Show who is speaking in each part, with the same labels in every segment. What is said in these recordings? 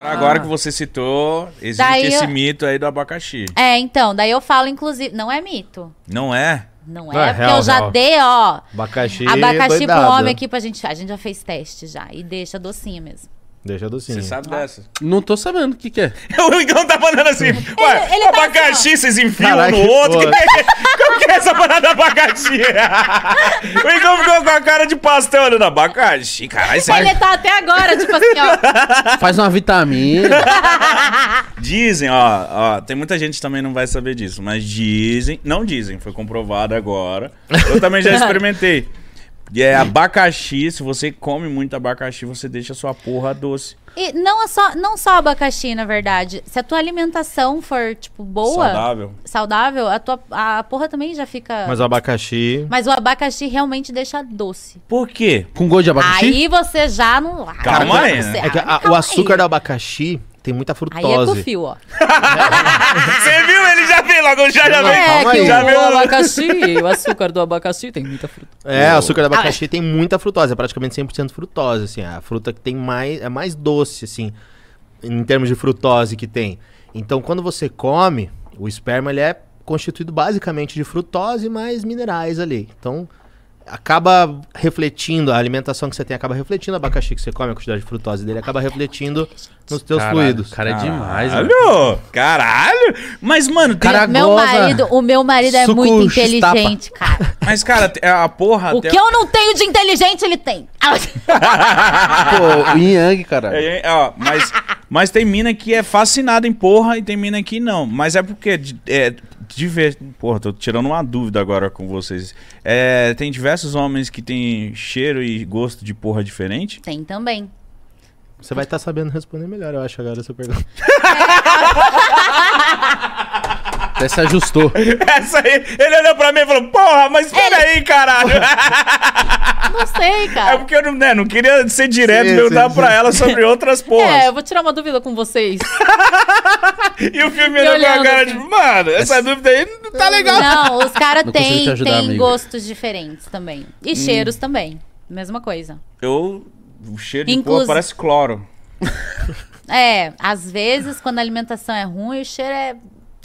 Speaker 1: Agora que você citou, existe
Speaker 2: Ah. Daí
Speaker 1: esse
Speaker 2: eu-
Speaker 1: mito aí do abacaxi.
Speaker 2: É, então, daí eu falo, inclusive. Não é mito.
Speaker 1: Não é?
Speaker 2: Não é,
Speaker 3: Não, é
Speaker 2: porque
Speaker 3: real,
Speaker 2: eu já
Speaker 3: real.
Speaker 2: dei, ó.
Speaker 3: Abacaxi,
Speaker 2: abacaxi pro
Speaker 3: doidado.
Speaker 2: homem aqui pra gente. A gente já fez teste já. E deixa docinho mesmo.
Speaker 3: Deixa
Speaker 1: Você
Speaker 3: docinho.
Speaker 1: sabe dessa?
Speaker 4: Não tô sabendo o que, que é.
Speaker 1: O Igão tá falando assim, ué,
Speaker 2: Ah. ele tá
Speaker 1: abacaxi, vocês enfiam um
Speaker 3: Caraca,
Speaker 1: no outro?
Speaker 3: que
Speaker 1: Que que- Como que é essa parada do abacaxi? o Igão ficou com a cara de pastel olhando abacaxi, caralho, isso é...
Speaker 2: Ele tá até agora, tipo assim, ó.
Speaker 4: Faz uma vitamina.
Speaker 1: Dizem, ó, ó, tem muita gente que também não vai saber disso, mas dizem, não dizem, foi comprovado agora. Eu também já experimentei. E é abacaxi, se você come muito abacaxi, você deixa a sua porra doce.
Speaker 2: E não, é só, não só abacaxi, na verdade. Se a tua alimentação for, tipo, boa,
Speaker 1: Saudável.
Speaker 2: saudável, a tua a porra também já fica. Mas,
Speaker 3: Mas o abacaxi.
Speaker 2: o abacaxi realmente deixa doce.
Speaker 1: Por quê?
Speaker 4: Com gosto de abacaxi?
Speaker 2: Aí você já não.
Speaker 1: Calma aí,
Speaker 2: você-
Speaker 1: né?
Speaker 3: É que a- o
Speaker 2: Ah, calma
Speaker 3: açúcar
Speaker 2: aí.
Speaker 3: do abacaxi tem muita
Speaker 2: Aí é com
Speaker 3: frutose.
Speaker 2: fio, ó.
Speaker 1: Você viu? Ele já veio logo, já, já
Speaker 3: Não,
Speaker 2: É,
Speaker 1: veio.
Speaker 3: calma aí.
Speaker 1: já veio.
Speaker 5: o abacaxi, o açúcar do abacaxi tem muita fruta.
Speaker 3: É, o açúcar do
Speaker 2: Ah,
Speaker 3: abacaxi tem muita frutose, é praticamente 100% frutose, assim, é a fruta que tem mais, é mais doce, assim, em termos de frutose que tem. Então, quando você come, o esperma, ele é constituído basicamente de frutose mais minerais ali. Então, acaba refletindo, a alimentação que você tem acaba refletindo, o abacaxi que você come, a quantidade de frutose dele acaba refletindo nos teus
Speaker 4: Caralho,
Speaker 3: fluidos.
Speaker 4: Cara, é demais, mano.
Speaker 1: Caralho, caralho. Mas, mano, tem-
Speaker 4: Cara-
Speaker 2: Meu
Speaker 4: goza.
Speaker 2: marido, o meu marido é
Speaker 4: Suco
Speaker 2: muito
Speaker 4: X-tapa.
Speaker 2: inteligente, cara.
Speaker 1: mas, cara, te- a porra...
Speaker 2: O
Speaker 1: até-
Speaker 2: que é eu não tenho de inteligente, ele tem.
Speaker 4: Pô, o yin yang, cara.
Speaker 1: É, é, ó, mas, mas tem mina que é fascinada em porra e tem mina que não. Mas é porque de- é, diver- Porra, tô tirando uma dúvida agora com vocês. É, tem diversos homens que têm cheiro e gosto de porra diferente?
Speaker 2: Tem também.
Speaker 3: Você vai estar sabendo responder melhor, eu acho, agora essa pergunta.
Speaker 4: Até se ajustou.
Speaker 1: Essa aí, ele olhou pra mim e falou, porra, mas peraí, caralho.
Speaker 2: Não sei,
Speaker 1: É
Speaker 2: cara.
Speaker 1: porque eu não, né, não queria ser direto
Speaker 3: Sim,
Speaker 1: e perguntar
Speaker 3: sim,
Speaker 1: pra
Speaker 3: sim.
Speaker 1: ela sobre outras porras.
Speaker 5: É, eu vou tirar uma dúvida com vocês.
Speaker 1: E o filme
Speaker 5: E
Speaker 1: olhou com a
Speaker 5: olhando,
Speaker 1: cara,
Speaker 5: assim.
Speaker 1: tipo, mano, essa dúvida aí não tá legal.
Speaker 2: Não, os caras
Speaker 4: Não consigo
Speaker 2: têm
Speaker 4: te ajudar, Hum.
Speaker 2: têm
Speaker 4: amigo.
Speaker 2: gostos diferentes também. E cheiros também. Mesma coisa.
Speaker 1: Eu, o cheiro de
Speaker 2: Inclusive-
Speaker 1: porra parece cloro.
Speaker 2: É, às vezes, quando a alimentação é ruim, o cheiro é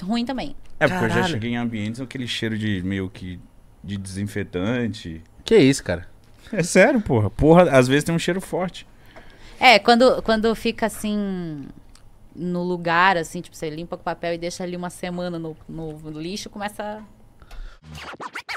Speaker 2: ruim também.
Speaker 1: É, porque eu já cheguei em ambientes com aquele cheiro de meio que de desinfetante.
Speaker 4: Que isso, cara.
Speaker 1: É sério, porra. Porra, às vezes tem um cheiro forte.
Speaker 2: É, quando, quando fica assim no lugar, assim, tipo, você limpa com papel e deixa ali uma semana no, no lixo, começa. a-